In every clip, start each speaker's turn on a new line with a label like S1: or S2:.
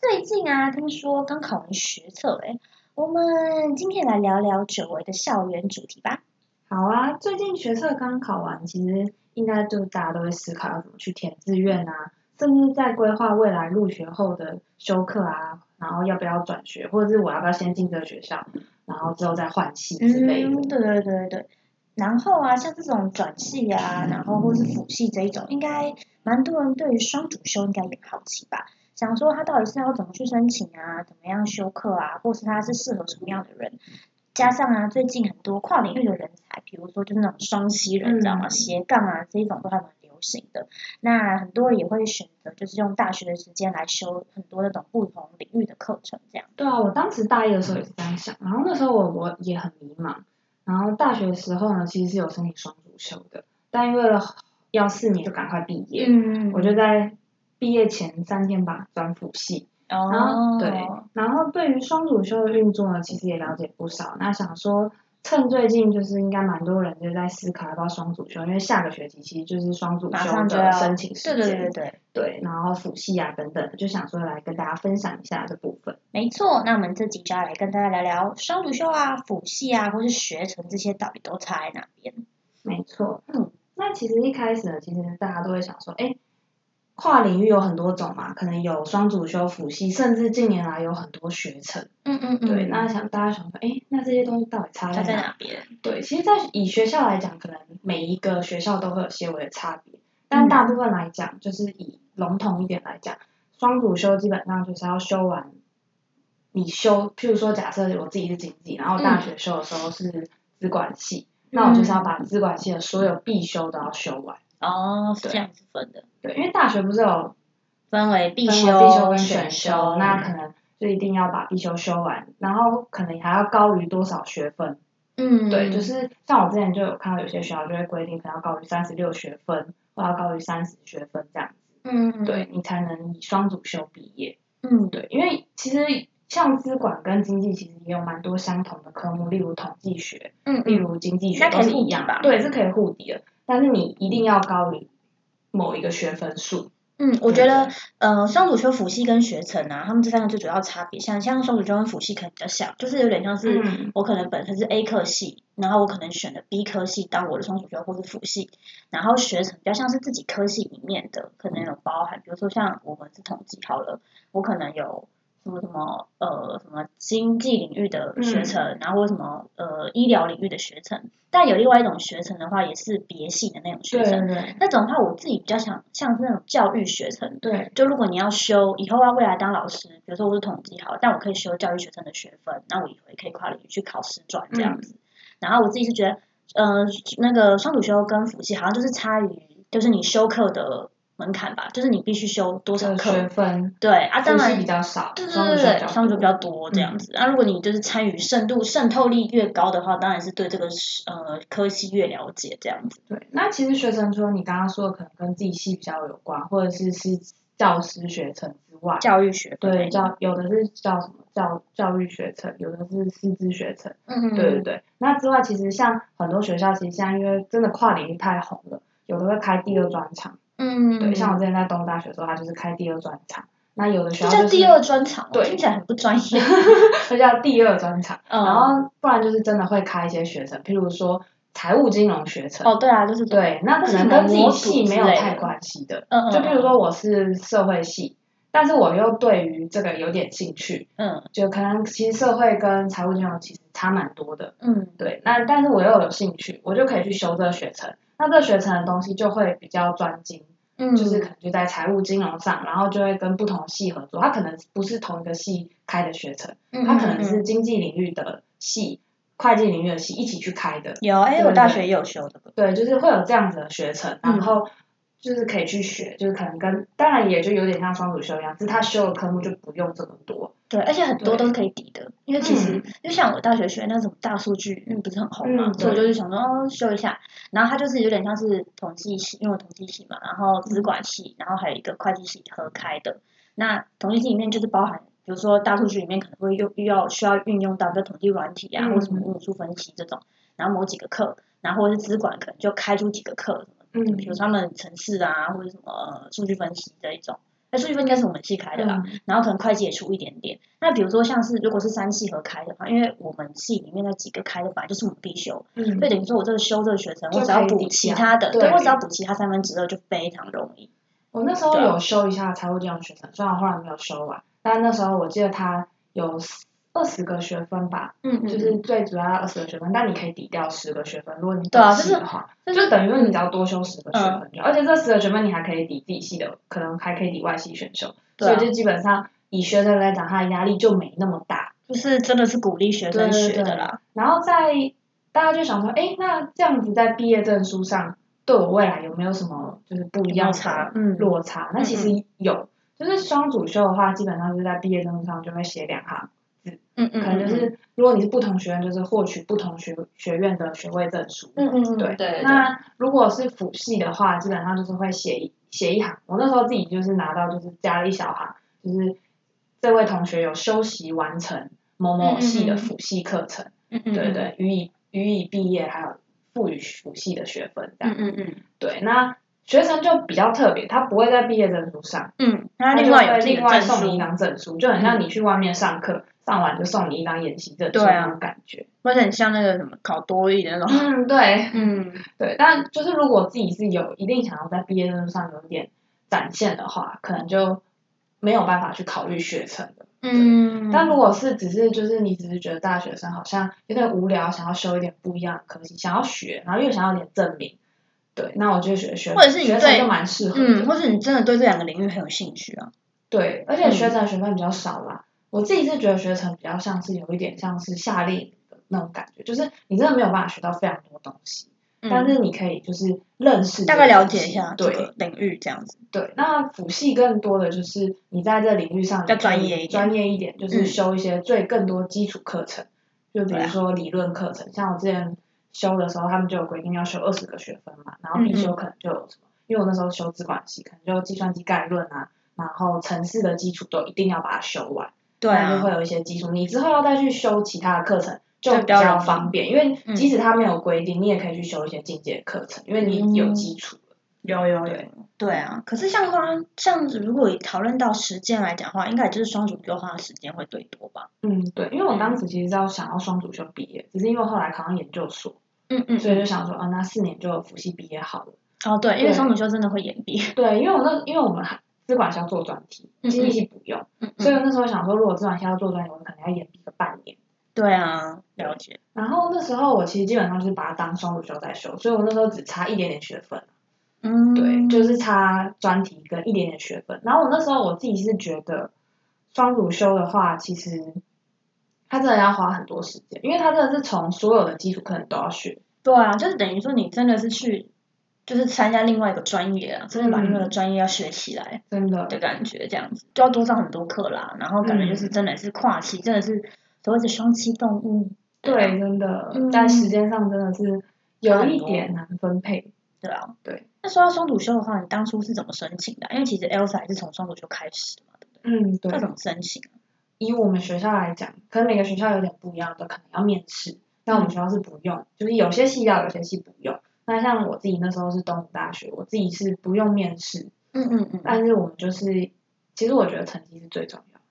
S1: 最近啊，听说刚考完学测，哎，我们今天来聊聊久违的校园主题吧。
S2: 好啊，最近学测刚考完，其实应该就大家都会思考要怎么去填志愿啊，甚至在规划未来入学后的修课啊，然后要不要转学，或者是我要不要先进这个学校，然后之后再换系之类的。
S1: 嗯对对对对。然后啊，像这种转系啊，然后或是辅系这一种，应该蛮多人对于双主修应该有点好奇吧？想说他到底是要怎么去申请啊，怎么样修课啊，或是他是适合什么样的人？加上啊，最近很多跨领域的人才，比如说就是那种双栖人，
S2: 嗯
S1: 你知道吗？斜杠啊这一种都还蛮流行的。那很多人也会选择就是用大学的时间来修很多那种不同领域的课程，这样。
S2: 对啊，我当时大一的时候也是这样想，然后那时候我我也很迷茫，然后大学的时候呢，其实是有申请双主修的，但因为了要四年就赶快毕业，
S1: 嗯
S2: 我就在毕业前三天吧转辅系，然
S1: 哦
S2: 后，啊对，然后对于双主修的运作呢，其实也了解不少。那想说，趁最近就是应该蛮多人就在思考要不要双主修，因为下个学期其实就是双主
S1: 马
S2: 修
S1: 上就要
S2: 的申请时
S1: 对
S2: 间，
S1: 对对对。
S2: 对然后辅系啊等等，就想说来跟大家分享一下这部分。
S1: 没错，那我们这集就要来跟大家聊聊双主修啊、辅系啊，或是学程这些到底都差在哪边？
S2: 没错，
S1: 嗯，
S2: 那其实一开始呢，其实大家都会想说，哎，跨领域有很多种嘛，可能有双主修、辅系，甚至近年来有很多学程。
S1: 嗯嗯
S2: 对，那想大家想说，哎，那这些东西到底差
S1: 差
S2: 在
S1: 在
S2: 哪？
S1: 哪边？
S2: 对，其实，在以学校来讲，可能每一个学校都会有些微的差别，
S1: 嗯
S2: 但大部分来讲，就是以笼统一点来讲，双主修基本上就是要修完，你修，譬如说，假设我自己是经济，然后
S1: 嗯
S2: 大学修的时候是资管系，那我就是要把资管系的所有必修都要修完。
S1: 哦，是
S2: 对
S1: 这样子分的，
S2: 对，因为大学不是有
S1: 分为必
S2: 分为
S1: 修、
S2: 必修跟选
S1: 选嗯
S2: 修，那可能就一定要把必修修完，然后可能还要高于多少学分。
S1: 嗯，
S2: 对，就是像我之前就有看到有些学校就会规定，可能要高于三十六学分，或要高于三十学分这样子，
S1: 嗯，
S2: 对你才能以双主修毕业。
S1: 嗯，
S2: 对，因为其实像资管跟经济其实也有蛮多相同的科目，例如统计学，
S1: 嗯
S2: 例
S1: 嗯，
S2: 如经济
S1: 那
S2: 学
S1: 可以
S2: 都是
S1: 互
S2: 一
S1: 抵
S2: 样
S1: 吧
S2: 对，是可以互抵的，但是你一定要高于某一个学分数。
S1: 嗯，我
S2: 对
S1: 觉得呃，双主修辅系跟学程啊，他们这三个最主要差别，像像双主修跟辅系可能比较像，就是有点像是
S2: 嗯
S1: 我可能本身是 A 科系，然后我可能选了 B 科系当我的双主修或是辅系，然后学程比较像是自己科系里面的，可能有包含，比如说像我们是统计好了，我可能有什么什么呃什么经济领域的学程，然后或什么呃医疗领域的学程，但有另外一种学程的话，也是别系的那种学
S2: 对
S1: 程，
S2: 对嗯对
S1: 那种的话我自己比较想像是那种教育学程。
S2: 对，
S1: 就如果你要修以后啊，未来当老师，比如说我是统计好了，但我可以修教育学生的学分，那我以后也可以跨领域去考师专这样子。
S2: 嗯
S1: 然后我自己是觉得，呃，那个双主修跟辅系好像就是差于，就是你修课的门槛吧，就是你必须修多
S2: 这
S1: 少
S2: 个学
S1: 课。
S2: 分
S1: 对啊，当
S2: 辅系
S1: 然
S2: 比较少，
S1: 对对
S2: 双主
S1: 对
S2: 修比
S1: 对，
S2: 较
S1: 双主
S2: 多
S1: 比较多这样子。
S2: 嗯
S1: 那、如果你就是参与深度渗透力越高的话，当然是对这个呃科系越了解这样子。
S2: 对，那其实学程除了你刚刚说的可能跟自己系比较有关，或者是是教师学程之外，
S1: 教育学分
S2: 对教有的是叫什么教教育学程，有的是师资学程，
S1: 嗯
S2: 对对对。那之外，其实像很多学校，其实现在因为真的跨领域太红了，有的会开第二专场，
S1: 嗯
S2: 对，像我之前在东大学的时候，它就是开第二专场。那有的学
S1: 这
S2: 校
S1: 叫
S2: 就是
S1: 第 二专场，
S2: 对
S1: 听起来很不专 业。
S2: 这叫第二专场，
S1: 嗯
S2: 然后不然就是真的会开一些学程，譬如说财务金融学程，
S1: 哦，对啊，就是
S2: 对，那可能跟自己系没有太关系的。
S1: 嗯，嗯，
S2: 就比如说我是社会系，但是我又对于这个有点兴趣，
S1: 嗯
S2: 就可能其实社会跟财务金融其实差蛮多的。
S1: 嗯
S2: 对，那但是我又有兴趣，我就可以去修这个学程。那这个学程的东西就会比较专精，
S1: 嗯，
S2: 就是可能就在财务金融上，然后就会跟不同的系合作。它可能不是同一个系开的学程，
S1: 嗯
S2: 它可能是经济领域的系、会计领域的系一起去开的。
S1: 有哎，我大学也有修这个，
S2: 对，就是会有这样子的学程，
S1: 嗯
S2: 然后就是可以去学，就是可能跟当然也就有点像双主修一样，只是他修的科目就不用这么多，
S1: 对，而且很多
S2: 对
S1: 都是可以抵的，因为其实、因为像我大学学那什么大数据，因为不是很红嘛，
S2: 嗯
S1: 所以我就
S2: 对
S1: 是想说哦修一下，然后它就是有点像是统计系，因为我统计系嘛，然
S2: 嗯
S1: 后资管系，然后还有一个会计系合开的。那统计系里面就是包含，比如说大数据里面可能会用遇到需要运用到的统计软体啊，
S2: 嗯
S1: 或什么论述分析这种，然后某几个课，然后或者是资管可能就开出几个课什么
S2: 嗯
S1: 比如说他们城市啊，或者什么呃数据分析这一种。那数据分析应该是我们系开的吧？然后可能会计也出一点点。那比如说像是如果是三系合开的话，因为我们系里面那几个开的本来就是我们必修，
S2: 嗯
S1: 所以等于说我这个修这个学程，
S2: 就
S1: 我只要
S2: 可以
S1: 补
S2: 抵
S1: 其
S2: 掉
S1: 他的，
S2: 对
S1: 对我只要补其他三分之二就非常容易。
S2: 我那时候
S1: 对啊
S2: 有修一下财务金融学程，虽然我后来没有修完，但那时候我记得它有二十个学分吧，
S1: 嗯
S2: 就是最主要二十个学分，但你可以抵掉十个学分，如果你
S1: 对啊
S2: 本系
S1: 就是嗯
S2: 的话，
S1: 就
S2: 就等于说你只要多修十个学分就好，而且这十个学分你还可以抵自己系的，可能还可以抵外系选修，
S1: 对啊
S2: 所以就基本上以学生来讲，他的压力就没那么大。
S1: 就是真的是鼓励学生
S2: 对对
S1: 学的
S2: 对
S1: 啦。
S2: 然后在大家就想说，哎，那这样子在毕业证书上对我未来有没有什么就是不一样的
S1: 差，嗯，
S2: 落差。那其实有，就是双主修的话，基本上就是在毕业证书上就会写两行，
S1: 嗯嗯，
S2: 可能就是如果你是不同学院，就是获取不同学学院的学位证书。
S1: 嗯嗯嗯，
S2: 对
S1: 对
S2: 那如果是辅系的话，基本上就是会写一写一行。我那时候自己就是拿到就是加了一小行，就是这位同学有休息完成某某系的辅系课程，
S1: 嗯嗯
S2: 对，对，予以予以毕业，还有赋予辅系的学分这
S1: 嗯
S2: 样。
S1: 嗯嗯
S2: 对，那学程就比较特别，他不会在毕业证书上。
S1: 嗯，那
S2: 他
S1: 另
S2: 就
S1: 外有
S2: 会
S1: 自己的
S2: 另外
S1: 证
S2: 送你一
S1: 书，嗯
S2: 张证书，就很像你去外面上课，上完就送你一张研习证书
S1: 对啊
S2: 那种感觉。
S1: 或者很像那个什么考多一的那种，
S2: 嗯，对
S1: 嗯，
S2: 对，但就是如果自己是有一定想要在毕业证书上有一点展现的话，可能就没有办法去考虑学程的。
S1: 嗯，
S2: 但如果是只是就是你只是觉得大学生好像有点无聊，想要修一点不一样的科系，想要学，然后又想要有点证明，对，那我就觉得学
S1: 或者是你
S2: 学
S1: 对
S2: 程就蛮适合的。
S1: 嗯，或是你真的对这两个领域很有兴趣啊，
S2: 对，而且
S1: 嗯
S2: 学程学分比较少啦。我自己是觉得学程比较像是有一点像是夏令营的那种感觉，就是你真的没有办法学到非常多东西，
S1: 嗯
S2: 但是你可以就是认识
S1: 大
S2: 这
S1: 概
S2: 个
S1: 了
S2: 东
S1: 解一
S2: 西
S1: 下这
S2: 对
S1: 个领域这样子。
S2: 对，那辅系更多的就是你在这领域上你
S1: 要
S2: 可
S1: 专
S2: 以
S1: 业一点
S2: 专业一点，就
S1: 嗯
S2: 是修一些最更多基础课程，就比
S1: 对啊
S2: 如说理论课程，像我之前修的时候，他们就有规定要修二十个学分嘛，然后必
S1: 嗯
S2: 修可能就有什么，因为我那时候修资管系，可能就计算机概论啊，然后城市的基础都一定要把它修完。
S1: 对
S2: 那就会
S1: 啊，
S2: 有一些基础。你之后要再去修其他的课程，就
S1: 就比
S2: 比
S1: 较
S2: 较
S1: 容易嗯
S2: 方便，因为即使他没有规定，你也可以去修一些进阶课程，因为
S1: 嗯
S2: 你有基础了。
S1: 有有
S2: 对，
S1: 对啊。可是像花这样子，如果以讨论到时间来讲的话，应该也就是双主优化的时间会最多吧？
S2: 嗯，对，因为我当时其实是要想要双主修毕业，只是因为后来考上研究所，
S1: 嗯嗯
S2: 所以就想说，啊，那四年就辅系毕业好了。
S1: 哦，对，因为
S2: 对
S1: 双主修真的会延毕。
S2: 对，因为我那因为我们还资管系要做专题，
S1: 嗯嗯
S2: 经济系不用，
S1: 嗯
S2: 所以我那时候想说，如果资管系要做专题，我可能要延毕个半年。
S1: 对啊，了解。
S2: 然后那时候我其实基本上就是把它当双主修在修，所以我那时候只差一点点学分。
S1: 嗯，
S2: 对，就是差专题跟一点点学分。然后我那时候我自己是觉得，双主修的话，其实它真的要花很多时间，因为它真的是从所有的基础课程都要学。
S1: 对啊，就是等于说你真的是去，就是参加另外一个专业啊，真的把
S2: 嗯
S1: 另外一个专业要学起来
S2: 真的，
S1: 的感觉，这样子就要多上很多课啦。然后感觉
S2: 嗯
S1: 就是真的是跨期，真的是所谓的双栖动物。啊
S2: 对，真的
S1: 嗯，
S2: 在时间上真的是有
S1: 很
S2: 一
S1: 多
S2: 点难分配。
S1: 对啊，
S2: 对。
S1: 那说到双主修的话，你当初是怎么申请的啊？因为其实 Elsa 也是从双主修开始嘛，对不
S2: 嗯，
S1: 对？
S2: 对
S1: 要。怎么申请啊？
S2: 以我们学校来讲，可能每个学校有点不一样，都可能要面试。那我们学校是不用，就是有些系要，有些系不用。那像我自己那时候是东吴大学，我自己是不用面试，
S1: 嗯嗯嗯。
S2: 但是我们就是，其实我觉得成绩是最重要的。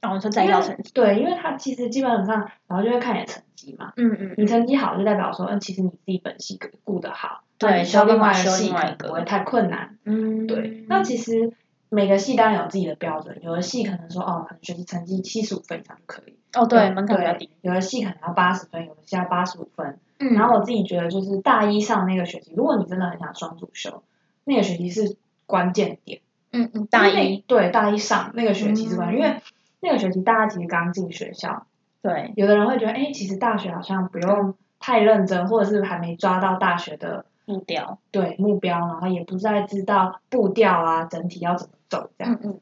S1: 然后说再要成绩。
S2: 对，因为他其实基本上，然后就会看你的成绩嘛。
S1: 嗯嗯
S2: 你成绩好，就代表说，嗯，其实你自己本系顾得好，
S1: 对
S2: 那你
S1: 才有
S2: 修
S1: 办
S2: 另
S1: 法
S2: 外的
S1: 修
S2: 系
S1: 另
S2: 可
S1: 外
S2: 能
S1: 一个
S2: 不会太困难。
S1: 嗯。
S2: 对，那其实每个系当然有自己的标准，有的系可能说，哦，可能学习成绩七十五分以上就可以。
S1: 哦对，门槛比较
S2: 对
S1: 低。
S2: 有的系可能要八十分，有的系要八十五分。
S1: 嗯
S2: 然后我自己觉得，就是大一上那个学期，如果你真的很想双主修，那个学期是关键点。
S1: 嗯嗯，大
S2: 因为
S1: 一。
S2: 对大一上那个学期是关
S1: 嗯
S2: 键，因为那个学期大家其实刚进学校，
S1: 对。
S2: 有的人会觉得，哎，其实大学好像不用太认真，或者是还没抓到大学的
S1: 步调。
S2: 对目标，然后也不再知道步调啊，整体要怎么走这样。
S1: 嗯嗯。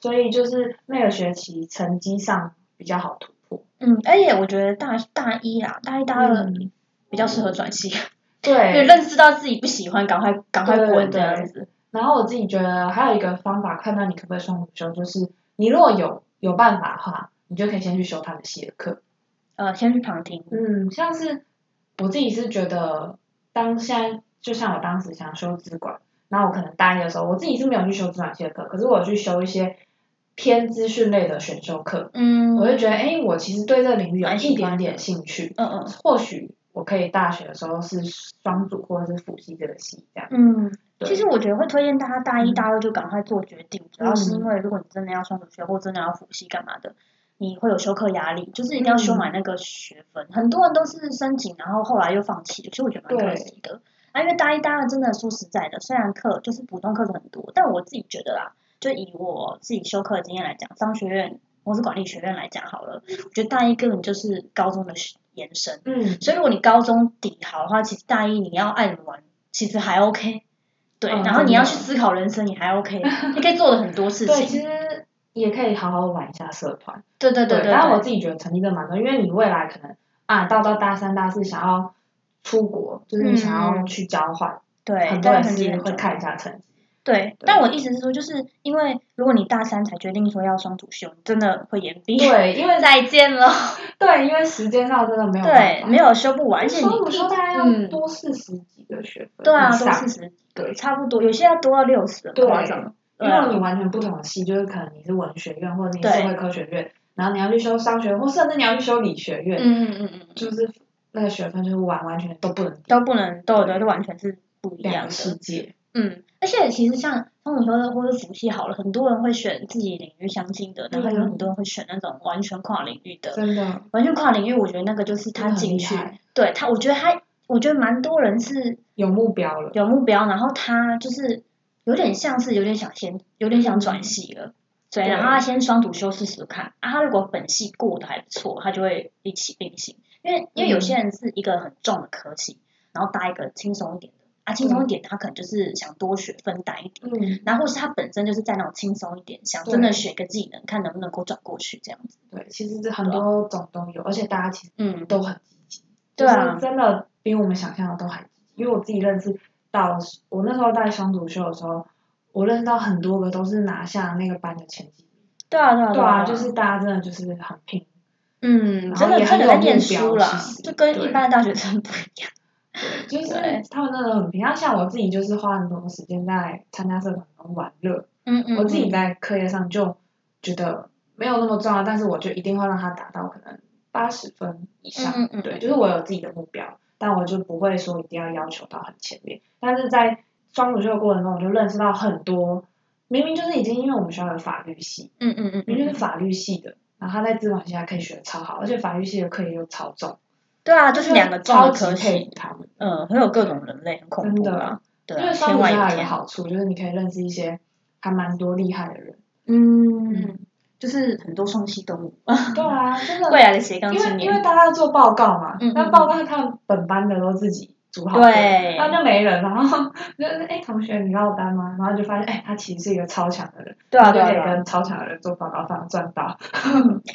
S2: 所以就是那个学期成绩上比较好突破。
S1: 嗯，而且我觉得大大一啦，大一大二
S2: 嗯
S1: 比较适合转系， 就
S2: 对，
S1: 认识到自己不喜欢，赶快赶快滚这样子。
S2: 然后我自己觉得还有一个方法，看到你可不可以双主修，就是你如果有有办法的话，你就可以先去修他们系的课。
S1: 呃，先去旁听，
S2: 嗯，像是我自己是觉得，当现在就像我当时想修资管，然后我可能大一的时候，我自己是没有去修资管系的课，可是我有去修一些偏资讯类的选修课，
S1: 嗯
S2: 我就觉得，哎，我其实对这个领域有
S1: 蛮喜
S2: 一
S1: 欢
S2: 点
S1: 的
S2: 点兴趣，
S1: 嗯嗯
S2: 或许我可以大学的时候是双主或者是辅系这个系这样。
S1: 嗯，
S2: 对
S1: 其实我觉得会推荐大家大一、
S2: 嗯
S1: 大二就赶快做决定，主要是
S2: 嗯
S1: 因为如果你真的要双主修或真的要辅系干嘛的，你会有修课压力，就是一定要修
S2: 嗯
S1: 满那个学分。很多人都是申请，然后后来又放弃了，其实我觉得蛮可惜的。啊，因为大一、大二真的说实在的，虽然课就是普通课是很多，但我自己觉得啦，就以我自己修课的经验来讲，商学院或是管理学院来讲好了，我觉得大一根本就是高中的延伸。
S2: 嗯，
S1: 所以如果你高中底好的话，其实大一你要爱玩，其实还 OK。对，
S2: 嗯
S1: 然后你要去
S2: 真的
S1: 思考人生，也还 OK，你可以做的很多事
S2: 对，其
S1: 情。
S2: 实也可以好好玩一下社团。
S1: 对对对
S2: 但我
S1: 对，
S2: 自己觉得成绩真的蛮重要，因为你未来可能啊，到到大三、大四想要出国，就是你想要
S1: 嗯
S2: 去交换，
S1: 对，
S2: 很多
S1: 但
S2: 人
S1: 成绩
S2: 是
S1: 很
S2: 会
S1: 重
S2: 看
S1: 要。
S2: 一下成绩。
S1: 对，但我意思是说，就是因为如果你大三才决定说要双主修，你真的会延毕。
S2: 对，因 为
S1: 再见了。
S2: 对，因为时间上真的没有办
S1: 对，
S2: 法。
S1: 没有修不完，而且
S2: 所以我
S1: 你
S2: 嗯说大概要
S1: 嗯
S2: 多四十几个学分
S1: 对啊，
S2: 以
S1: 都
S2: 上
S1: 四十，
S2: 对
S1: 差不多，有些要多到六十，
S2: 对
S1: 夸张。对
S2: 因为你
S1: 啊，
S2: 完全不同的系，就是可能你是文学院或者你是
S1: 对
S2: 社会科学院，然后你要去修商学院，或甚至你要去修理学院，
S1: 嗯嗯嗯嗯，
S2: 就是那个学分就是完完全全都不能
S1: 都不能，都有的都完全是不一
S2: 两
S1: 样
S2: 个
S1: 的。
S2: 世界。
S1: 嗯，而且其实像像你说的，或是福气好了，很多人会选自己领域相近的，然后有
S2: 嗯
S1: 很多人会选那种完全跨领域的。
S2: 真的，
S1: 完全跨领域，我觉得那个就是
S2: 真
S1: 他
S2: 的很
S1: 进
S2: 厉
S1: 去
S2: 害，
S1: 对他，我觉得他，我觉得蛮多人是
S2: 有目标了。
S1: 有目标，然后他就是有点像是有点想先，有点想转
S2: 嗯
S1: 系了，所以
S2: 对
S1: 然后他先双主修试试看，啊，他如果本系过得还不错，他就会一起并行，因为因为有
S2: 嗯
S1: 些人是一个很重的科系，然后搭一个轻松一点的，啊，轻松一点他可能就是想多学分担一点。
S2: 嗯，
S1: 然后或是他本身就是在那种轻松一点，想真
S2: 对
S1: 的学个技能，看能不能够转过去这样子。
S2: 对，其实这很多种都有，而且大家其实
S1: 嗯，
S2: 都很积极，
S1: 对啊
S2: 就是真的比我们想象的都还积极。因为我自己认识到，我那时候在双主修的时候，我认识到很多个都是拿下那个班的前几名。
S1: 对啊，对啊，
S2: 对啊，就是大家真的就是很拼。
S1: 嗯，真
S2: 然后
S1: 的
S2: 也
S1: 真
S2: 很
S1: 的
S2: 有
S1: 在
S2: 目
S1: 念
S2: 标
S1: 书啦
S2: 其实，
S1: 就跟一
S2: 对
S1: 般的大学生不一样。
S2: 就是
S1: 对
S2: 他们那种很平，常像我自己就是花很多时间在参加社团中玩乐，
S1: 嗯嗯，
S2: 我自己
S1: 嗯
S2: 在课业上就觉得没有那么重要，但是我就一定会让它达到可能八十分以上，
S1: 嗯嗯嗯
S2: 对，就是我有自己的目标，但我就不会说一定要要求到很前面，但是在双主修的过程中，我就认识到很多，明明就是已经因为我们学校有法律系，
S1: 嗯嗯嗯嗯
S2: 明明
S1: 嗯，
S2: 就是法律系的，然后他在资管系还可以学的超好，而且法律系的课业又超重，
S1: 对啊，就是两个超
S2: 超级
S1: 科
S2: 佩服
S1: 系，
S2: 他们。
S1: 嗯，很有各种人类，很恐怖啊，对
S2: 因为
S1: 啊，
S2: 双
S1: 天
S2: 主
S1: 外
S2: 修
S1: 有
S2: 还有一个
S1: 天，
S2: 好处，就是你可以认识一些还蛮多厉害 的人。
S1: 嗯，就是很多双栖动物，
S2: 对啊，真的，
S1: 未来的斜杠
S2: 因
S1: 青
S2: 为因为
S1: 年，
S2: 大家做报告嘛
S1: 嗯嗯，
S2: 那
S1: 嗯
S2: 报告他们本班的都自己组好的，
S1: 对啊
S2: 那就没人，然后就是哎，同学你落单吗？然后就发现哎，他其实是一个超强的人，
S1: 对啊对
S2: 就
S1: 啊
S2: 可以
S1: 对啊，
S2: 跟超强的人做报告，反而赚到。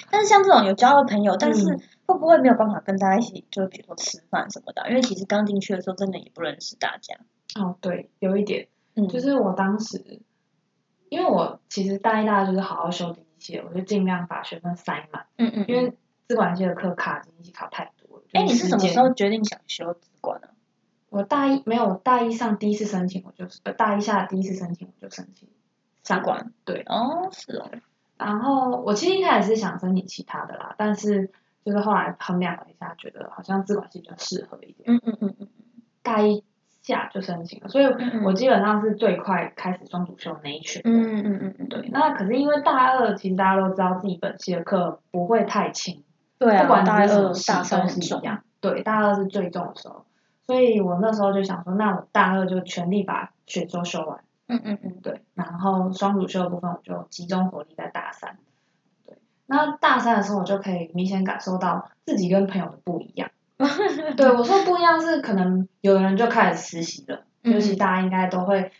S1: 但是像这种有交到朋友，但是
S2: 嗯
S1: 会不会没有办法跟大家一起，就比如说吃饭什么的啊？因为其实刚进去的时候，真的也不认识大家。
S2: 哦，对，有一点，
S1: 嗯，
S2: 就是我当时，因为我其实大一、大二就是好好修第一期，我就尽量把学分塞满，
S1: 嗯嗯，
S2: 因为资管系的课卡进一起考太多了。
S1: 哎，你
S2: 就是
S1: 什么
S2: 间
S1: 时候决定想修资管的？
S2: 我大一没有，我大一上第一次申请，我就是呃大一下第一次申请我就申请
S1: 资
S2: 上。
S1: 管
S2: 对
S1: 哦，是哦，
S2: 然后我其实一开始是想申请其他的啦，但是就是后来衡量了一下，觉得好像资管系比较适合一点，
S1: 嗯嗯嗯嗯
S2: 大一下就申请了，所以
S1: 嗯
S2: 我基本上是最快开始双主修那一群。
S1: 嗯嗯嗯嗯，
S2: 对，那可是因为大二，其实大家都知道自己本系的课不会太轻，
S1: 对啊，
S2: 不管
S1: 大
S2: 你是什
S1: 二
S2: 么系
S1: 大三
S2: 都是
S1: 很重
S2: 一，样，对，大二是最重的时候，所以我那时候就想说，那我大二就全力把选修修完，
S1: 嗯嗯嗯，
S2: 对，然后双主修的部分我就集中火力在大三，对，那大三的时候我就可以明显感受到自己跟朋友的不一 样，对我说不一样是可能有的人就开始实习了，
S1: 嗯
S2: 尤其大家应该都会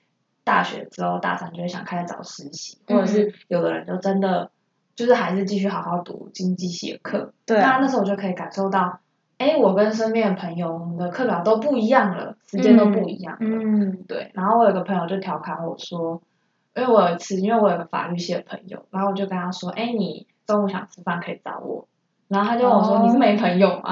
S2: 大学之后大三就会想开始找实习，或者
S1: 嗯
S2: 是有的人就真的就是还是继续好好读经济系的课。
S1: 对啊
S2: 那那时候我就可以感受到，哎，我跟身边的朋友，我们的课表都不一样了，时间都不一样了。
S1: 嗯
S2: 对，然后我有个朋友就调侃我说，因为我有一次，因为我有个法律系的朋友，然后我就跟他说，哎，你中午想吃饭可以找我。然后他就问我说：“
S1: 哦
S2: 你是没朋友吗？”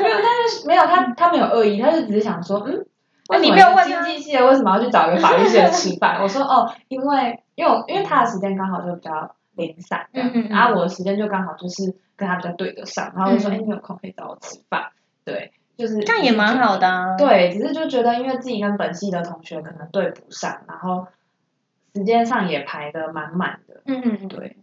S2: 没有，他就是没有他，他没有恶意，他就只是想说，嗯，
S1: 哦
S2: 为
S1: 你
S2: 什么
S1: 没有问
S2: 经
S1: 他
S2: 济系的为什么要去找一个法律系的吃饭？我说哦，因为因为我因为他的时间刚好就比较零散这样子，
S1: 嗯嗯嗯
S2: 然后我的时间就刚好就是跟他比较对得上，然后我就说，
S1: 嗯
S2: 哎、你有空可以找我吃饭，对，就是
S1: 这样也蛮好的啊。
S2: 对，只是就觉得因为自己跟本系的同学可能对不上，然后时间上也排的满满的。
S1: 嗯嗯对
S2: 对，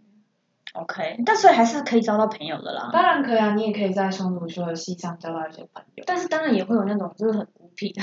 S1: ，OK，但所以还是可以交到朋友的啦。
S2: 当然可以啊，你也可以在双主修的系上交到一些朋友。
S1: 但是当然也会有那种就是很孤僻的，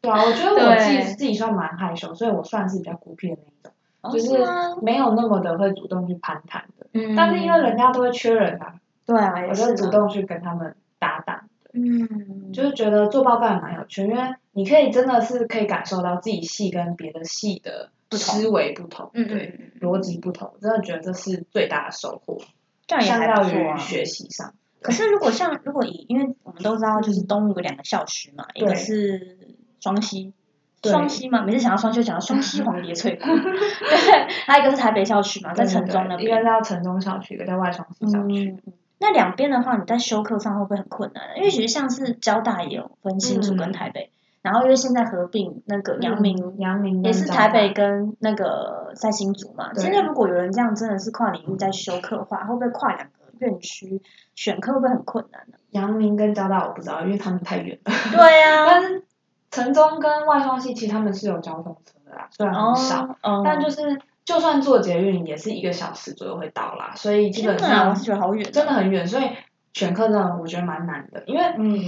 S2: 对啊，我觉得我自己
S1: 对
S2: 自己算蛮害羞，所以我算是比较孤僻的那一种，就是
S1: 哦吗
S2: 没有那么的会主动去攀谈的。
S1: 嗯
S2: 但是因为人家都会缺人啊，
S1: 对啊，也
S2: 我
S1: 是
S2: 就
S1: 啊
S2: 主动去跟他们搭档，
S1: 嗯，
S2: 就是觉得做报告也蛮有趣，因为你可以真的是可以感受到自己系跟别的系的
S1: 不同
S2: 思维不同，
S1: 嗯
S2: 对。
S1: 嗯，
S2: 逻辑不同，真的觉得这是最大的收获，
S1: 这样也
S2: 相
S1: 还
S2: 较
S1: 不错
S2: 于
S1: 啊。
S2: 学习上。
S1: 可是如果像如果以，因为我们都知道，就是东吴有两个校区嘛，一
S2: 对
S1: 个是双溪，
S2: 对
S1: 双溪嘛，每次想到双溪就想到双溪黄蝶翠 谷，对，还有一个是台北校区嘛，在
S2: 对
S1: 城中
S2: 对
S1: 那
S2: 一个
S1: 边。
S2: 叫城中校区，一个叫外双溪校区。
S1: 嗯，那两边的话，你在修课上会不会很困难？因为其实像是交大也有分新竹跟台北，然后因为现在合并那个阳明
S2: 嗯阳明
S1: 也
S2: 跟
S1: 是
S2: 彰
S1: 台北
S2: 化，
S1: 跟那个在新竹嘛。
S2: 对
S1: 现在如果有人这样真的是跨领域在修课的话，会不会跨两个院区选课会不会很困难呢、
S2: 阳明跟交大我不知道，因为他们太远了。
S1: 对啊，
S2: 但是城中跟外双溪其实他们是有交通车的啦，啊虽然很少，
S1: 哦，哦
S2: 但就是就算坐捷运也是一个小时左右会到啦，所以基
S1: 天
S2: 本
S1: 哪，
S2: 上
S1: 我是觉得好远、哦
S2: 真的，很远，所以选课真的我觉得蛮难的，因为
S1: 嗯，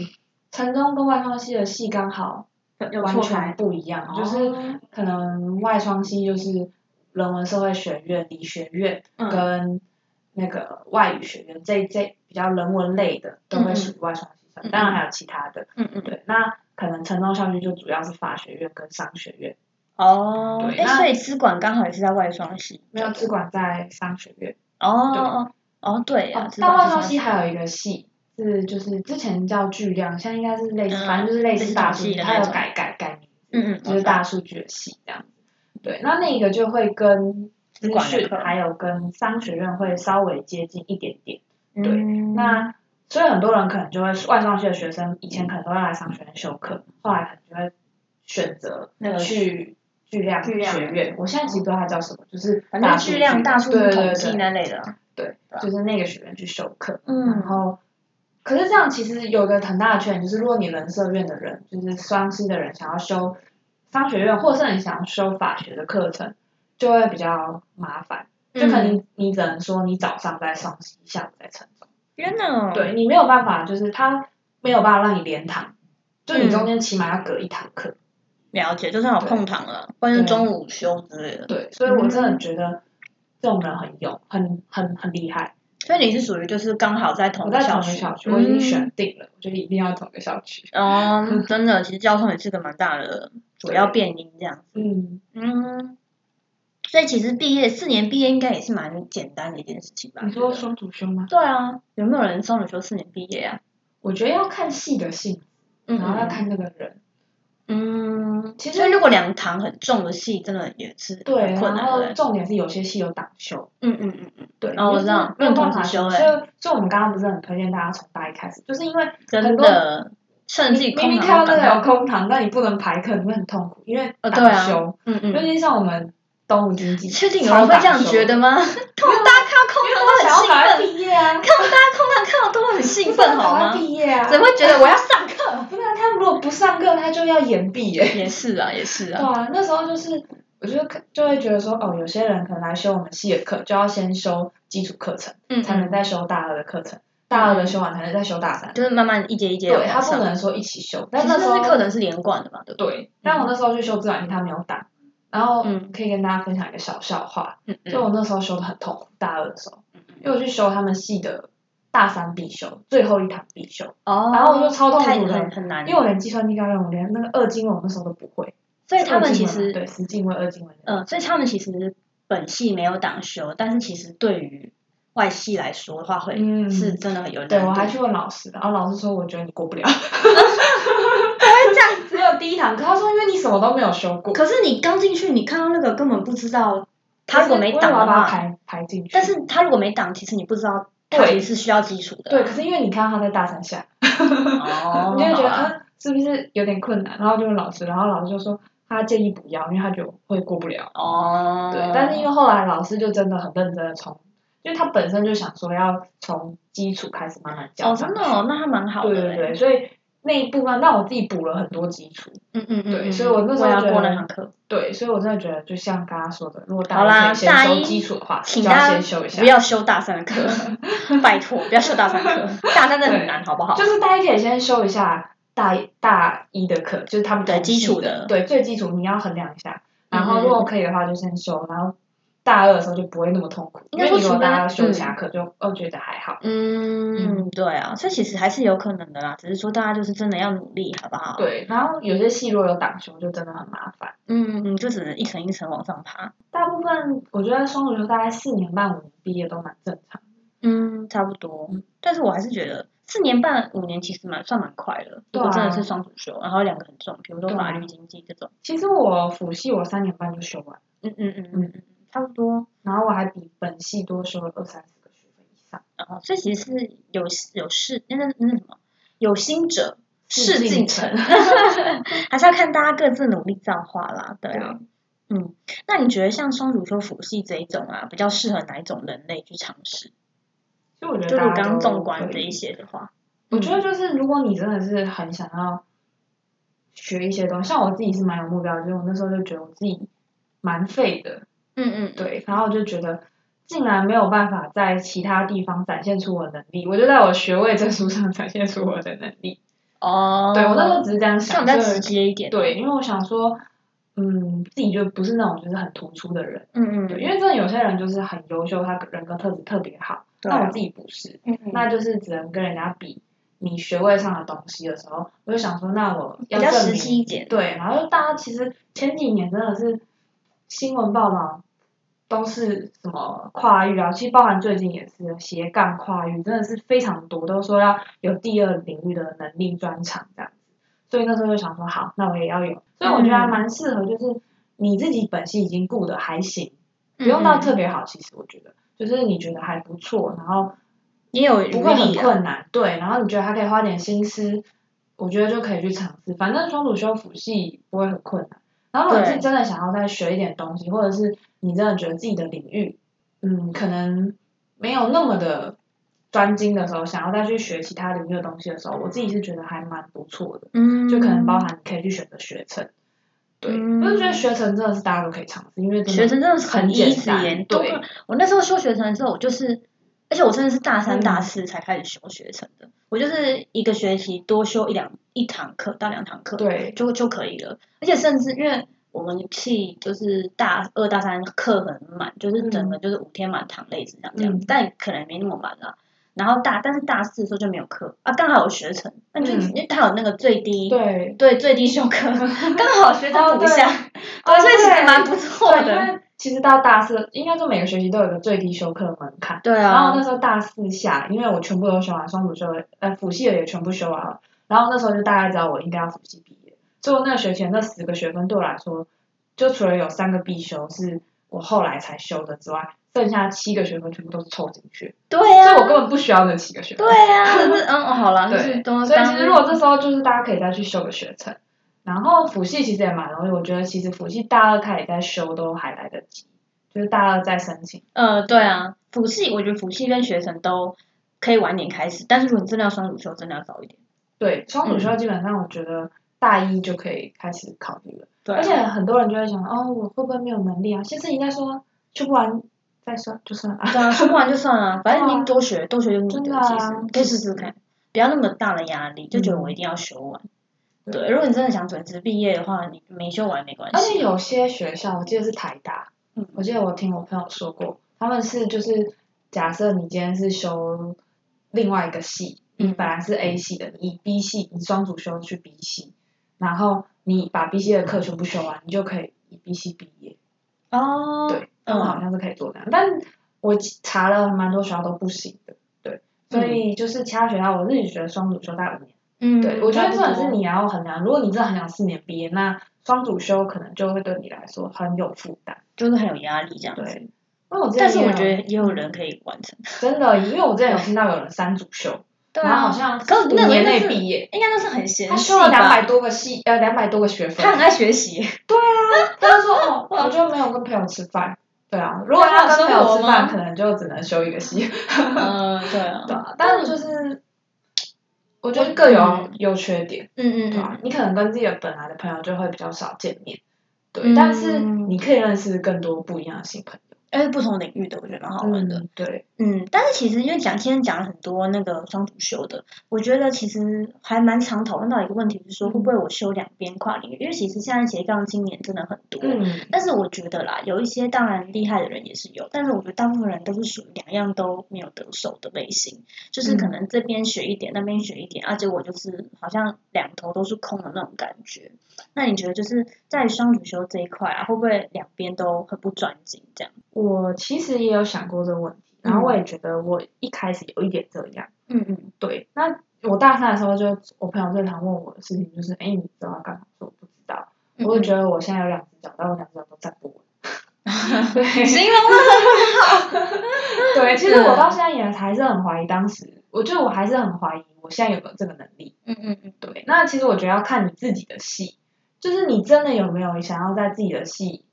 S2: 城中跟外双溪的系刚好
S1: 有
S2: 完
S1: 错
S2: 全
S1: 开，
S2: 不一样，就是
S1: 哦
S2: 可能外双系就是人文社会学院、理学院
S1: 嗯
S2: 跟那个外语学院这这比较人文类的都会属于外双系上，
S1: 嗯嗯
S2: 当然还有其他的。
S1: 嗯嗯，
S2: 对，那可能城中校区就主要是法学院跟商学院，
S1: 哦，
S2: 对
S1: 哎，
S2: 那
S1: 所以资管刚好也是在外双溪，
S2: 没有资管在商学院。
S1: 哦
S2: 对
S1: 哦哦，对啊
S2: 哦，，
S1: 资
S2: 但
S1: 管
S2: 外
S1: 是
S2: 双系还有一个系是就是之前叫巨量，现在应该是类似，
S1: 嗯
S2: 反正就是类似大数
S1: 类
S2: 据，
S1: 似统计的
S2: 它
S1: 那
S2: 有
S1: 种
S2: 改改改名字
S1: 嗯嗯
S2: 就是大数据的系这样子。对，那那个就会跟资
S1: 资管的
S2: 讯
S1: 课
S2: 还有跟商学院会稍微接近一点点。对
S1: 嗯
S2: 那所以很多人可能就会外商系的学生以前可能都会来商学院修课，后来可能就会选择
S1: 那个
S2: 去巨量
S1: 巨呃量
S2: 学院。我现在其实不知道它叫什么，就是
S1: 反
S2: 大
S1: 正
S2: 数
S1: 巨量大数据
S2: 对
S1: 统
S2: 对
S1: 计
S2: 对
S1: 那类的，
S2: 对，就是那个学院去修课。然
S1: 嗯
S2: 后，可是这样其实有一个很大的缺点，就是如果你人社院的人，就是双师的人，想要修商学院，或是你想要修法学的课程，就会比较麻烦。就可
S1: 嗯
S2: 能你你只能说你早上在双师，下午在城中，
S1: 天哪，
S2: 对你没有办法，就是他没有办法让你连堂，就你
S1: 嗯
S2: 中间起码要隔一堂课。
S1: 了解，就算有空堂了，或者是中午休之类的。
S2: 对，所嗯以我真的觉得这种人很勇，很很很厉害。
S1: 所以你是属于就是刚好在同
S2: 我
S1: 一个
S2: 在
S1: 校
S2: 同一个
S1: 区
S2: 小区，我已经
S1: 嗯
S2: 选定了，我觉得一定要同一个小区。
S1: 哦，真的，其实交通也是个蛮大的主要变因，这样。
S2: 嗯，
S1: 嗯，所以其实毕业四年毕业应该也是蛮简单的一件事情吧？
S2: 你
S1: 我觉
S2: 说
S1: 得
S2: 双主修吗？
S1: 对啊，有没有人双主修四年毕业啊？
S2: 我觉得要看系的性，
S1: 嗯
S2: 然后要看那个人。
S1: 嗯，
S2: 其实
S1: 所以如果两堂很重的戏，真的也是
S2: 对，
S1: 很困
S2: 然
S1: 难的
S2: 后
S1: 人。
S2: 重点是有些系有党修，
S1: 嗯嗯嗯嗯，
S2: 对，
S1: 哦我知道
S2: 没有办
S1: 共
S2: 法
S1: 同修
S2: 所
S1: 欸
S2: 以，所以我们刚刚不是很推荐大家从大一开始，就是因为
S1: 真的趁自己
S2: 你明
S1: 空
S2: 明看
S1: 堂
S2: 到那
S1: 的
S2: 个有空堂，但你不能排课，你会很痛苦，因为
S1: 哦
S2: 党
S1: 对啊
S2: 修，
S1: 嗯
S2: 尤
S1: 嗯，
S2: 其是像我们东吴经济，
S1: 确定有人会这样觉
S2: 超党修，
S1: 得吗？看 我大家看到空
S2: 因为
S1: 堂
S2: 他
S1: 都
S2: 想
S1: 很兴
S2: 要赶快
S1: 奋，
S2: 毕业
S1: 看到
S2: 啊，
S1: 大家空堂看到都很 兴奋，好
S2: 赶
S1: 吗
S2: 快？毕业啊，
S1: 怎么会觉得我要上课？
S2: 不然他如果不上课，他就要延毕耶。
S1: 也是啊，也是
S2: 对
S1: 啊，
S2: 啊，那时候就是，我就看就会觉得说，哦，有些人可能来修我们系的课，就要先修基础课程，
S1: 嗯
S2: 才能再修大二的课程，大二的修完才能再修大三。
S1: 就是慢慢一节一节的
S2: 对，
S1: 嗯往
S2: 他不
S1: 上。
S2: 能说一起修，
S1: 其
S2: 但
S1: 实
S2: 那时
S1: 那
S2: 候
S1: 是课程是连贯的吧？对不对？
S2: 对，但我那时候去修自然系，他没有打。然后
S1: 嗯
S2: 可以跟大家分享一个小笑话，
S1: 嗯
S2: 就我那时候修的很痛苦，大二的时候，因为我去修他们系的大三必修，最后一堂必修，
S1: 哦，
S2: 然后我就超痛
S1: 太
S2: 苦的
S1: 很很难，
S2: 因为我连计算机概论，我连那个二经文我那时候都不会，
S1: 所以他们
S2: 二进
S1: 其
S2: 位嘛
S1: 实
S2: 对十进位、二进位，
S1: 呃，所以他们其实本系没有党修，但是其实对于外系来说的话，会、
S2: 嗯
S1: 是真的很有
S2: 对
S1: 难
S2: 我还
S1: 度
S2: 去问老师，然后老师说我觉得你过 不了，
S1: 这样
S2: 只有第一堂课，他说因为你什么都没有修过，
S1: 可是你刚进去，你看到那个根本不知道，他如果没
S2: 我也
S1: 挡
S2: 要
S1: 的
S2: 把它
S1: 话，
S2: 排排进去，
S1: 但是他如果没挡，其实你不知道他
S2: 对
S1: 其实是需要基础的。
S2: 对，可是因为你看到他在大三下，
S1: 哦，
S2: 你就会觉得
S1: 好吧
S2: 啊是不是有点困难，然后就问老师，然后老师就说他建议不要，因为他觉得我会过不了。
S1: 哦，
S2: 对，但是因为后来老师就真的很认真的从，因为他本身就想说要从基础开始慢慢教
S1: 哦，
S2: 上
S1: 真
S2: 去。
S1: 的哦，那还蛮好的。
S2: 对对对，，所以那一部分让我自己补了很多基础。
S1: 嗯嗯嗯，
S2: 对
S1: 嗯
S2: 所以我那时候
S1: 也要
S2: 觉得
S1: 过那堂课，
S2: 对，所以我真的觉得，就像刚刚说的，如果
S1: 好
S2: 大
S1: 啦
S2: 家
S1: 大
S2: 可以先修
S1: 一
S2: 基础的话，
S1: 请
S2: 就要
S1: 大
S2: 先
S1: 家
S2: 修一下。
S1: 不要修大三的 课，拜托不要修大三的课，大三真的很难，好不好
S2: 就？是大家可以先修一下大一大一的课，就是他们
S1: 对
S2: 同系
S1: 基础
S2: 的
S1: 的，
S2: 对最基础你要衡量一下。然后
S1: 嗯
S2: 如果可以的话，就先修，然后大二的时候就不会那么痛苦，因
S1: 应该
S2: 为
S1: 说
S2: 你
S1: 除
S2: 如果
S1: 非
S2: 大二修
S1: 嗯
S2: 其他课，就哦觉得还好。
S1: 嗯，对啊，所以其实还是有可能的啦，只是说大家就是真的要努力，好不好？，
S2: 对，然后有些系如果有党修，就真的很麻烦。
S1: 嗯，嗯，就只能一层一层往上爬。
S2: 大部分我觉得双主修大概四年半五年毕业都蛮正常。
S1: 嗯，差不多。但是我还是觉得四年半五年其实蛮算蛮快了，如果
S2: 对啊
S1: 真的是双主修，然后两个很重，比如说
S2: 对啊
S1: 法律、经济这种。
S2: 其实我辅系我三年半就修完，
S1: 嗯嗯嗯嗯嗯，差不多。
S2: 然后我还比本系多修了二三十个学分以上。
S1: 然后这其实是有有事那那那什么有心者
S2: 事
S1: 事竟
S2: 竟
S1: 成，
S2: 成
S1: 还是要看大家各自努力造化啦，对
S2: 对
S1: 啊。嗯，那你觉得像双主修辅系这一种啊，比较适合哪一种人类去尝试？
S2: 所以我觉得
S1: 就
S2: 大
S1: 是
S2: 家
S1: 我刚刚
S2: 都
S1: 纵观
S2: 可
S1: 这
S2: 以
S1: 一些的话，嗯
S2: 我觉得就是，如果你真的是很想要学一些东西，像我自己是蛮有目标的，就是我那时候就觉得我自己蛮废的，
S1: 嗯嗯，
S2: 对，然后我就觉得竟然没有办法在其他地方展现出我的能力，我就在我学位证书上展现出我的能力。
S1: 哦，
S2: 对我那时候只是这样
S1: 像
S2: 想，
S1: 比较
S2: 就
S1: 直接一点，
S2: 对，因为我想说，嗯，自己就不是那种就是很突出的人，
S1: 嗯嗯，
S2: 对，因为真的有些人就是很优秀，他人格特质特别好，
S1: 对
S2: 那
S1: 啊
S2: 我自己不是，
S1: 嗯嗯
S2: 那就是只能跟人家比你学位上的东西的时候，我就想说，那我
S1: 比
S2: 要
S1: 较
S2: 证
S1: 实
S2: 明
S1: 际一点，
S2: 对，然后大家其实前几年真的是新闻报道都是什么跨域啊，其实包含最近也是斜杠跨域，真的是非常多，都说要有第二领域的能力专长这样子。所以那时候就想说，好，那我也要有。所以我觉得还蛮适合，就是你自己本系已经顾的还行，不用到特别好。其实我觉得，就是你觉得还不错，然后
S1: 也有
S2: 不
S1: 余
S2: 会很
S1: 力啊，
S2: 困难，对。然后你觉得还可以花点心思，我觉得就可以去尝试。反正双主修辅系不会很困难。然后如果你是
S1: 对
S2: 真的想要再学一点东西，或者是你真的觉得自己的领域，嗯，可能没有那么的专精的时候，想要再去学其他领域的东西的时候，我自己是觉得还蛮不错的。
S1: 嗯，
S2: 就可能包含你可以去选择学程，对，
S1: 嗯
S2: 我就觉得学程真的是大家都可以尝试，因为真的
S1: 学生真的是
S2: 很简
S1: easy
S2: 单
S1: 耶都
S2: 对
S1: 不我那时候修学程的时候，我就是，而且我真的是大
S2: 嗯
S1: 三大四才开始修学程的，我就是一个学期多修一两一堂课到两堂课，，
S2: 对
S1: 就就可以了。而且甚至因为我们系就是大二大三课很满，就是整个就是五天满堂类似这样这样，
S2: 嗯
S1: 但可能没那么满啦。然后大但是大四的时候就没有课啊，刚好有学程，那就、
S2: 嗯
S1: 因为它有那个最低
S2: 对，
S1: 对最低修 课，刚好学
S2: 哦
S1: 程补一
S2: 对
S1: 下，
S2: 哦
S1: 所以其
S2: 对
S1: 实蛮不错
S2: 对，因
S1: 的。
S2: 为其实到大四，应该说每个学期都有一个最低修课门槛。
S1: 对
S2: 然后
S1: 啊，
S2: 那时候大四下，因为我全部都修完，双主修的，呃，辅系的也全部修完了。然后那时候就大概知道我应该要辅系毕业，所以我那个学期的那十个学分对我来说，就除了有三个必修是我后来才修的之外，剩下七个学分全部都是凑进去，
S1: 对
S2: 所以我
S1: 呀，
S2: 根本不需要那七个学分。
S1: 对啊 呀，就是嗯，哦好了，就
S2: 啊对
S1: 是都
S2: 所以其
S1: 当
S2: 实如果这时候就是大家可以再去修个学程，然后辅系其实也蛮容易，我觉得其实辅系大二开始再修都还来得及，就是大二再申请。
S1: 呃，对啊，辅系我觉得辅系跟学程都可以晚点开始，但是如果你真的要双主修，真的要早一点。
S2: 对，双主修基本上我觉得大一就可以开始考虑了，
S1: 对啊
S2: 而且很多人就会想，哦，我会不会没有能力啊？先生应该说去不完再算就算了。
S1: 对啊，说不完就算了，反正你多学多学就你
S2: 啊真的
S1: 的，
S2: 啊
S1: 其实可以试试看，不要那么大的压力，就觉
S2: 嗯
S1: 得我一定要修完。对，如果你真的想准时毕业的话，你没修完没关
S2: 而
S1: 系。
S2: 且有些学校，我记得是台大，
S1: 啊嗯
S2: 我记得我听我朋友说过，他们是就是假设你今天是修另外一个系，
S1: 嗯
S2: 你本来是 A 系的，你以 B 系，你双主修去 B 系，然后你把 B C 的课全部修完，你就可以以 B C 毕业。
S1: 哦，
S2: 对，他们好
S1: 嗯
S2: 像是可以做这样，但我查了蛮多学校都不行的，对，所
S1: 嗯
S2: 以就是其他学校，我自己觉得双主修大概五年，
S3: 嗯，
S2: 对我觉
S1: 差
S2: 得
S1: 不
S2: 这
S1: 多
S2: 种是你要很难，如果你真的很想四年毕业，那双主修可能就会对你来说很有负担，
S1: 就是很有压力这样子。
S2: 对。因为我之前
S1: 但是我
S2: 也有
S1: 觉得也有人可以完成。
S2: 真的，因为我之前有听到有人三主修，
S1: 对啊
S2: 然后好像
S1: 可是
S2: 五
S1: 那个
S2: 年
S1: 那
S2: 内
S1: 是
S2: 毕业，
S1: 应该那是很闲
S2: 他
S1: 弃
S2: 修了两百
S1: 吧？
S2: 多个系，呃，两百多个学分。
S1: 他很爱学习，
S2: 他就说哦，我就没有跟朋友吃饭。对啊，如果
S1: 那
S2: 要
S1: 他有
S2: 跟朋友
S1: 生活
S2: 吃饭，
S1: 吗
S2: 可能就只能修一个系。
S1: 嗯，对啊
S2: 对啊，但就是我觉得各有
S1: 嗯
S2: 优缺点，
S1: 嗯
S2: 对
S1: 嗯
S2: 啊，你可能跟自己的本来的朋友就会比较少见面，对，
S3: 嗯
S2: 但是你可以认识更多不一样的新朋友。
S1: 嗯，是不同领域的，我觉得蛮好玩的。
S2: 嗯，对，
S1: 嗯，但是其实因为讲今天讲了很多那个双主修的，我觉得其实还蛮常讨论到一个问题，就是说会不会我修两边跨领域？因为其实现在斜杠青年真的很多，
S2: 嗯，
S1: 但是我觉得啦，有一些当然厉害的人也是有，但是我觉得大部分人都是属于两样都没有得手的类型，就是
S2: 嗯
S1: 可能这边学一点，那边学一点，啊，结果就是好像两头都是空的那种感觉。那你觉得就是在双主修这一块啊，会不会两边都很不专精这样？
S2: 我其实也有想过这个问题，然后我也觉得我一开始有一点这样。
S1: 嗯嗯，
S2: 对，那我大三的时候就，我朋友最常问我的事情就是，哎，你知道要干嘛？我说我不知道，我就觉得我现在有两只脚，但我两只脚都站不 稳。对，
S1: 形容的
S2: 对，其实我到现在也还是很怀疑当时，我觉得我还是很怀疑我现在有没有这个能力。
S1: 嗯嗯嗯，
S2: 对，那其实我觉得要看你自己的戏，就是你真的有没有想要在自己的戏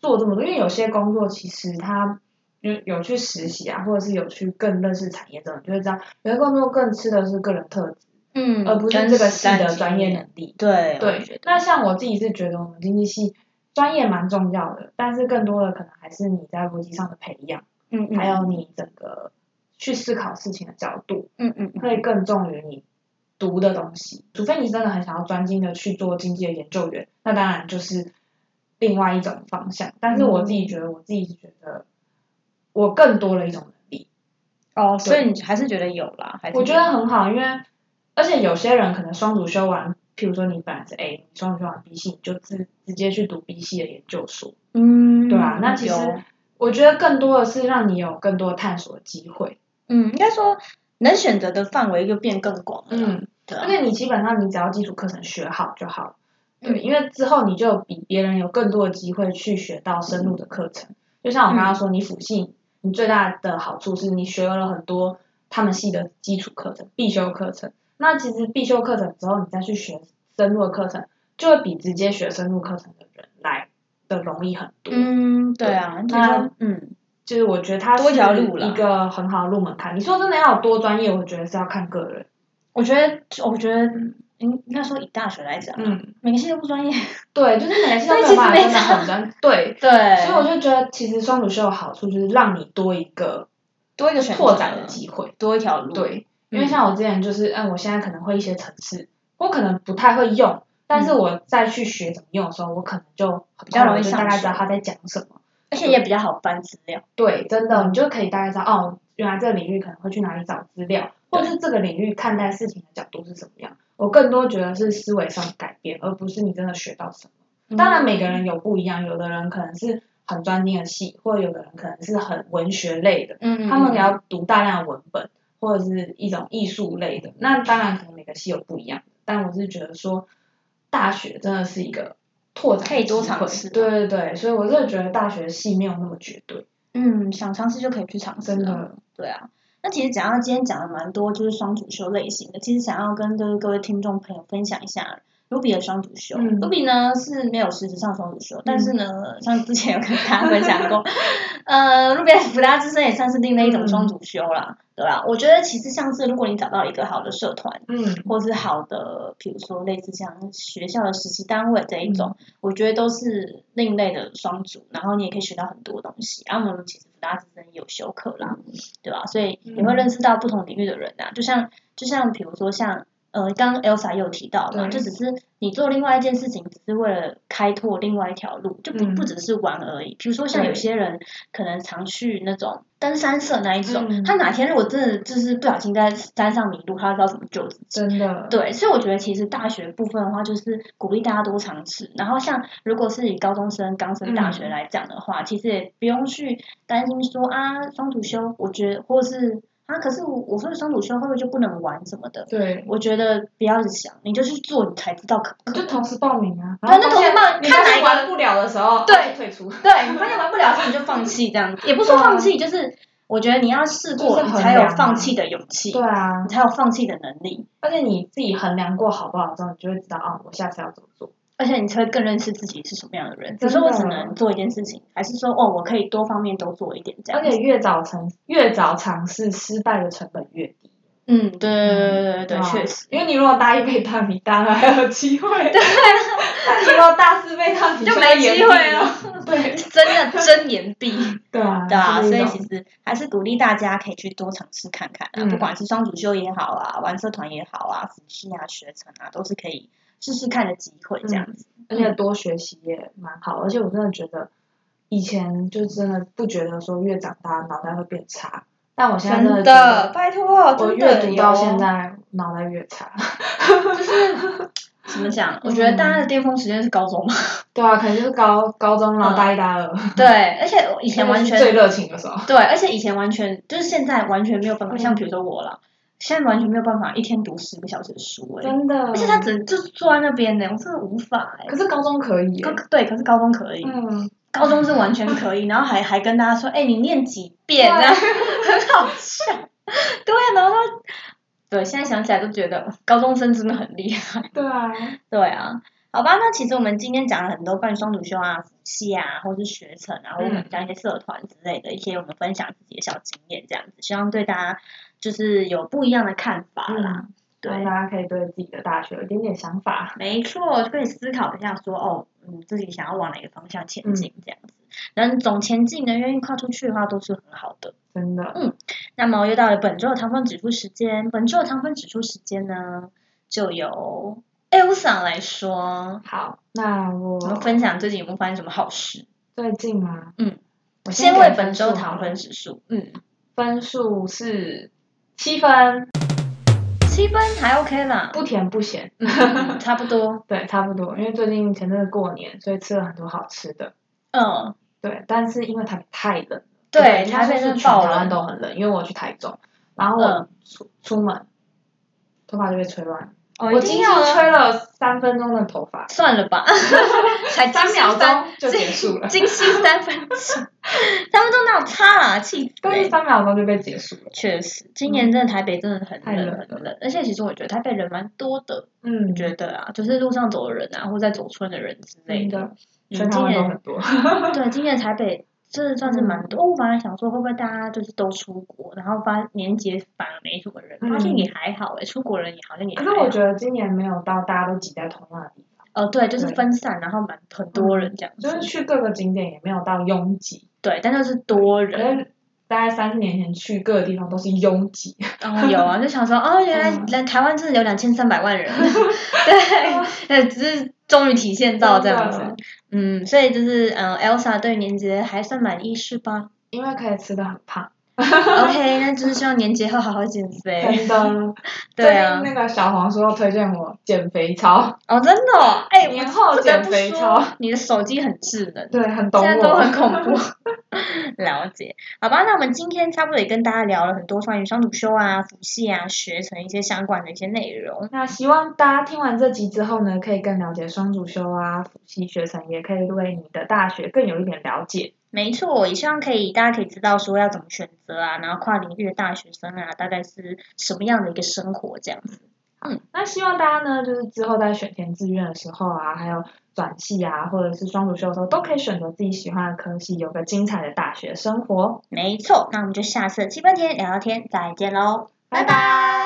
S2: 做这么多，因为有些工作其实它有有去实习啊，或者是有去更认识产业之后，你就会知道，有些工作更吃的是个人特质，
S1: 嗯
S2: 而不是这个系的专业能力。
S1: 对我也觉
S2: 对
S1: 得，
S2: 那像我自己是觉得我们经济系专业蛮重要的，但是更多的可能还是你在逻辑上的培养，
S1: 嗯嗯
S2: 还有你整个去思考事情的角度，
S1: 嗯嗯嗯
S2: 会更重于你读的东西。除非你真的很想要专精的去做经济的研究员，那当然就是另外一种方向。但是我自己觉得，我自己是觉得我更多了一种能力，
S1: 哦，所以
S2: 对
S1: 你还是觉得有啦，还是
S2: 我觉得很好，因为而且有些人可能双主修完，譬如说你本来是 A，你双主修完 B 系，你就直直接去读 B 系的研究所。
S1: 嗯
S2: 对啊，那其实
S1: 有
S2: 我觉得更多的是让你有更多探索的机会。
S1: 嗯，应该说能选择的范围又变更广了啦。
S2: 嗯，
S1: 对
S2: 而
S1: 啊，
S2: 且你基本上你只要基础课程学好就好了。对，
S1: 嗯
S2: 因为之后你就有比别人有更多的机会去学到深入的课程。就像我
S1: 嗯
S2: 刚刚说，你辅系你最大的好处是你学了很多他们系的基础课程、必修课程。那其实必修课程之后，你再去学深入的课程，就会比直接学深入课程的人来的容易很多。
S1: 嗯，对啊，你
S2: 那
S1: 说嗯
S2: 就是我觉得它
S1: 多一条
S2: 是
S1: 路啦
S2: 一个很好的入门槛。你说真的要有多专业，我觉得是要看个人。
S1: 我觉得，我觉得，应应该说以大学来讲，
S2: 嗯，
S1: 每个系都不专业。
S2: 对，就是 每次
S1: 所
S2: 都
S1: 以
S2: 没
S1: 其
S2: 有
S1: 实
S2: 办法
S1: 没
S2: 真的
S1: 差
S2: 很专对。
S1: 对
S2: 所以我就觉得，其实双主修的好处就是让你多一个
S1: 多一个选择嗯
S2: 拓展的机会。
S1: 多一条路。，
S2: 对，因为像我之前就是，嗯，我现在可能会一些程式，我可能不太会用，但是我再去学怎么用的时候，我可能就比
S1: 较嗯容易
S2: 大概
S1: 上
S2: 知道
S1: 手
S2: 他在讲什么。
S1: 而且也比较好翻资料。
S2: 对，真
S1: 嗯
S2: 的，你就可以大概知道哦，原来这个领域可能会去哪里找资料，或者是这个领域看待事情的角度是什么样。我更多觉得是思维上的改变，而不是你真的学到什么。当
S1: 嗯
S2: 然，每个人有不一样，有的人可能是很专精的系，或者有的人可能是很文学类的，
S1: 嗯，嗯，
S2: 他们也
S1: 聊
S2: 要读大量的文本或者是一种艺术类的。那当然，可能每个系有不一样，但我是觉得说，大学真的是一个拓展的
S1: 可以多
S2: 机
S1: 尝
S2: 会
S1: 试啊
S2: 对对对，所以我真的觉得大学系没有那么绝对。
S1: 嗯，想尝试就可以去尝试啊。
S2: 真的
S1: 对啊。那其实讲到今天讲了蛮多，就是双主修类型的。其实想要跟就是各位听众朋友分享一下 Ruby 的双主修。
S2: 嗯
S1: Ruby 呢是没有实质上双主修，但是 呢，像之前有跟大家分享过，呃，Ruby 的福大之声也算是另类一种双主修啦，对吧？我觉得其实像是如果你找到一个好的社团，
S2: 嗯，
S1: 或是好的，比如说类似像学校的实习单位这一种，
S2: 嗯
S1: 我觉得都是另类的双主，然后你也可以学到很多东西。然后我们其实福大之声也有修
S2: 嗯
S1: 课啦，对吧？所以你会认识到不同领域的人啊，就像就像比如说像呃，刚刚 Elsa 也有提到嘛，
S2: 对
S1: 就只是你做另外一件事情，只是为了开拓另外一条路，就不、
S2: 嗯
S1: 不只是玩而已。比如说像有
S2: 对
S1: 些人可能常去那种登山社那一种，
S2: 嗯
S1: 他哪天如果真的就是不小心在山上迷路，他知道怎么救自己。
S2: 真的，
S1: 对，所以我觉得其实大学部分的话，就是鼓励大家多尝试。然后像如果是以高中生刚升大学
S2: 嗯
S1: 来讲的话，其实也不用去担心说啊双主修，我觉得或是啊，可是我我说的双主修会不会就不能玩什么的？
S2: 对，
S1: 我觉得不要去想，你就去做，你才知道可不可
S2: 就
S1: 能。
S2: 同时报名啊，
S1: 对
S2: 然后
S1: 那
S2: 发
S1: 同时
S2: 现
S1: 报名
S2: 你
S1: 看哪
S2: 发现
S1: 一个
S2: 玩不了的时候，
S1: 对
S2: 就退出，就
S1: 对，你发现玩不了的时候，你就放弃这样子，也不是说
S2: 对啊
S1: 放弃，就是我觉得你要试
S2: 就是
S1: 过，你
S2: 衡
S1: 才有
S2: 量啊
S1: 放弃的勇气，
S2: 对啊
S1: 你，才有放弃的能力，
S2: 而且你自己衡量过好不好之后，你就会知道啊，我下次要怎么做。
S1: 而且你才会更认识自己是什么样的人。有
S2: 真的
S1: 时候我只能做一件事情，还是说哦，我可以多方面都做一点这样
S2: 而
S1: 子。
S2: 且越早尝越早尝试，失败的成本越低。
S1: 嗯，对对对对对对，
S2: 啊
S1: 确实。
S2: 因为你如果大一被大米，大二还有机会。对。那你如果大四被大米，
S1: 就没
S2: 会延
S1: 机
S2: 毕
S1: 会
S2: 了。 对
S1: 真的真言必
S2: 对啊，
S1: 对啊，
S2: 就是
S1: 所
S2: 一
S1: 以
S2: 种
S1: 其实还是鼓励大家可以去多尝试看看啊，
S2: 嗯
S1: 不管是双主修也好啊，玩社团也好啊，辅系啊、学程啊，都是可以试试看的机会这样子。
S2: 而且多学习也蛮好，而且我真的觉得以前就真的不觉得说越长大脑袋会变差，但我现在真的觉得
S1: 拜托
S2: 我阅读到现，在脑袋越差。
S1: 怎么讲？我觉得大家的巅峰时间是高中嘛，
S2: 对啊，可能就是高高中然后大一大二，
S1: 对，而且嗯我以前完
S2: 最
S1: 全
S2: 热情的时候。
S1: 对，而且以前完全就是现在完全没有办法，
S2: 嗯
S1: 像比如说我啦，现在完全没有办法一天读十个小时的书哎，
S2: 真的，
S1: 而且他只就坐在那边呢，我真的无法哎
S2: 可。是高中可以耶，
S1: 高对，可是高中可以，
S2: 嗯，
S1: 高中是完全可以，然后还还跟大家说，哎、你念几遍啊，很好笑。 对，啊然后他对，现在想起来都觉得哦高中生真的很厉害。
S2: 对啊，
S1: 对啊，好吧，那其实我们今天讲了很多关于双主修啊、辅系啊，或是学程啊，或者我
S2: 嗯
S1: 们讲一些社团之类的一些我们分享自己的小经验，这样子，希望对大家就是有不一样的看法啦。
S2: 嗯，
S1: 对
S2: 然后大家可以对自己的大学有一点点想法，
S1: 没错，就可以思考一下说，哦，嗯，自己想要往哪个方向前
S2: 嗯
S1: 进这样子。人总前进的，愿意跨出去的话，都是很好的。嗯
S2: 真的，
S1: 那么又到了本周的糖分指数时间，本周的糖分指数时间呢，就由 Elsa 来说，
S2: 好，那我
S1: 我们分享最近有没有发生什么好事？
S2: 最近吗？
S1: 嗯，
S2: 我
S1: 先
S2: 给
S1: 为本周
S2: 分数
S1: 糖
S2: 好
S1: 分
S2: 了
S1: 指数，嗯，
S2: 分数是七分，
S1: 七分还 OK 啦，
S2: 不甜不咸，
S1: 嗯嗯差不多，
S2: 对，差不多，因为最近前阵子过年，所以吃了很多好吃的，
S1: 嗯，
S2: 对，但是因为台北太冷了，
S1: 对，
S2: 应该
S1: 台北
S2: 说
S1: 真
S2: 是
S1: 的
S2: 全
S1: 爆
S2: 台湾
S1: 了，哦
S2: 都很冷，因为我去台中，然后我
S1: 嗯
S2: 出、出门，头发就被吹乱，
S1: 哦，
S2: 我
S1: 一
S2: 仅
S1: 定
S2: 仅
S1: 要啊
S2: 吹了三分钟的头发，
S1: 算了 吧，才
S2: 三
S1: 精心
S2: 秒
S1: 翻
S2: 钟就结束了，
S1: 精心三 分钟，三分钟哪有差啦，气死、
S2: 但是
S1: 欸！
S2: 三秒钟就被结束了。
S1: 确实，今年真的台北真的很
S2: 太
S1: 冷
S2: 冷
S1: 很冷，而且其实我觉得台北人蛮多的，
S2: 嗯，
S1: 我觉得啊，就是路上走的人啊，或在走村的人之类
S2: 真
S1: 的。
S2: 的，全
S1: 嗯，
S2: 台
S1: 今
S2: 湾都
S1: 年
S2: 很多。
S1: 对今年台北真的算是蛮
S2: 嗯
S1: 多。我本来想说会不会大家就是都出国，然后发年节反而没什么人，
S2: 嗯
S1: 发现也还好哎，出国人也好像也
S2: 可
S1: 还
S2: 是我
S1: 好。
S2: 觉得今年没有到大家都挤在同样的地方，
S1: 哦，对，就是
S2: 对嗯
S1: 分散，然后蛮很多人这样
S2: 就是
S1: 子。
S2: 去各个景点也没有到拥挤。
S1: 对，但就是多
S2: 可
S1: 人。
S2: 是大概三四年前去各个地方都是拥挤，
S1: 哦，有 啊，就想说，哦，原来
S2: 嗯
S1: 来台湾真的有两千三百万人， 对，呃，只是终于体现到这样
S2: 真
S1: 子
S2: 的，
S1: 嗯，所以就是，嗯，Elsa 对年节还算满意是 吧
S2: 因为可以吃的很胖，
S1: ？OK，那就是希望年节后好好减肥。
S2: 真的。
S1: 对啊
S2: 最近那个小黄说推荐我减肥操，
S1: 哦，真的哦，哎，
S2: 年
S1: 我
S2: 后
S1: 不得
S2: 减
S1: 不
S2: 肥
S1: 说
S2: 操，，
S1: 你的手机很智能。
S2: 对，很懂
S1: 现在都
S2: 我。
S1: 很恐 怖。了解，好吧，那我们今天差不多也跟大家聊了很多关于双主修啊、辅系啊、学程一些相关的一些内容。
S2: 那希望大家听完这集之后呢，可以更了解双主修啊、辅系学程，也可以对你的大学更有一点了解。
S1: 没错，也希望可以大家可以知道说要怎么选择啊，然后跨领域的大学生啊，大概是什么样的一个生活这样子。
S2: 那希望大家呢，就是之后在选填志愿的时候啊，还有转系啊，或者是双主修的时候，都可以选择自己喜欢的科系，有个精彩的大学生活。
S1: 没错，那我们就下次的七分天聊聊天再见喽，
S2: 拜拜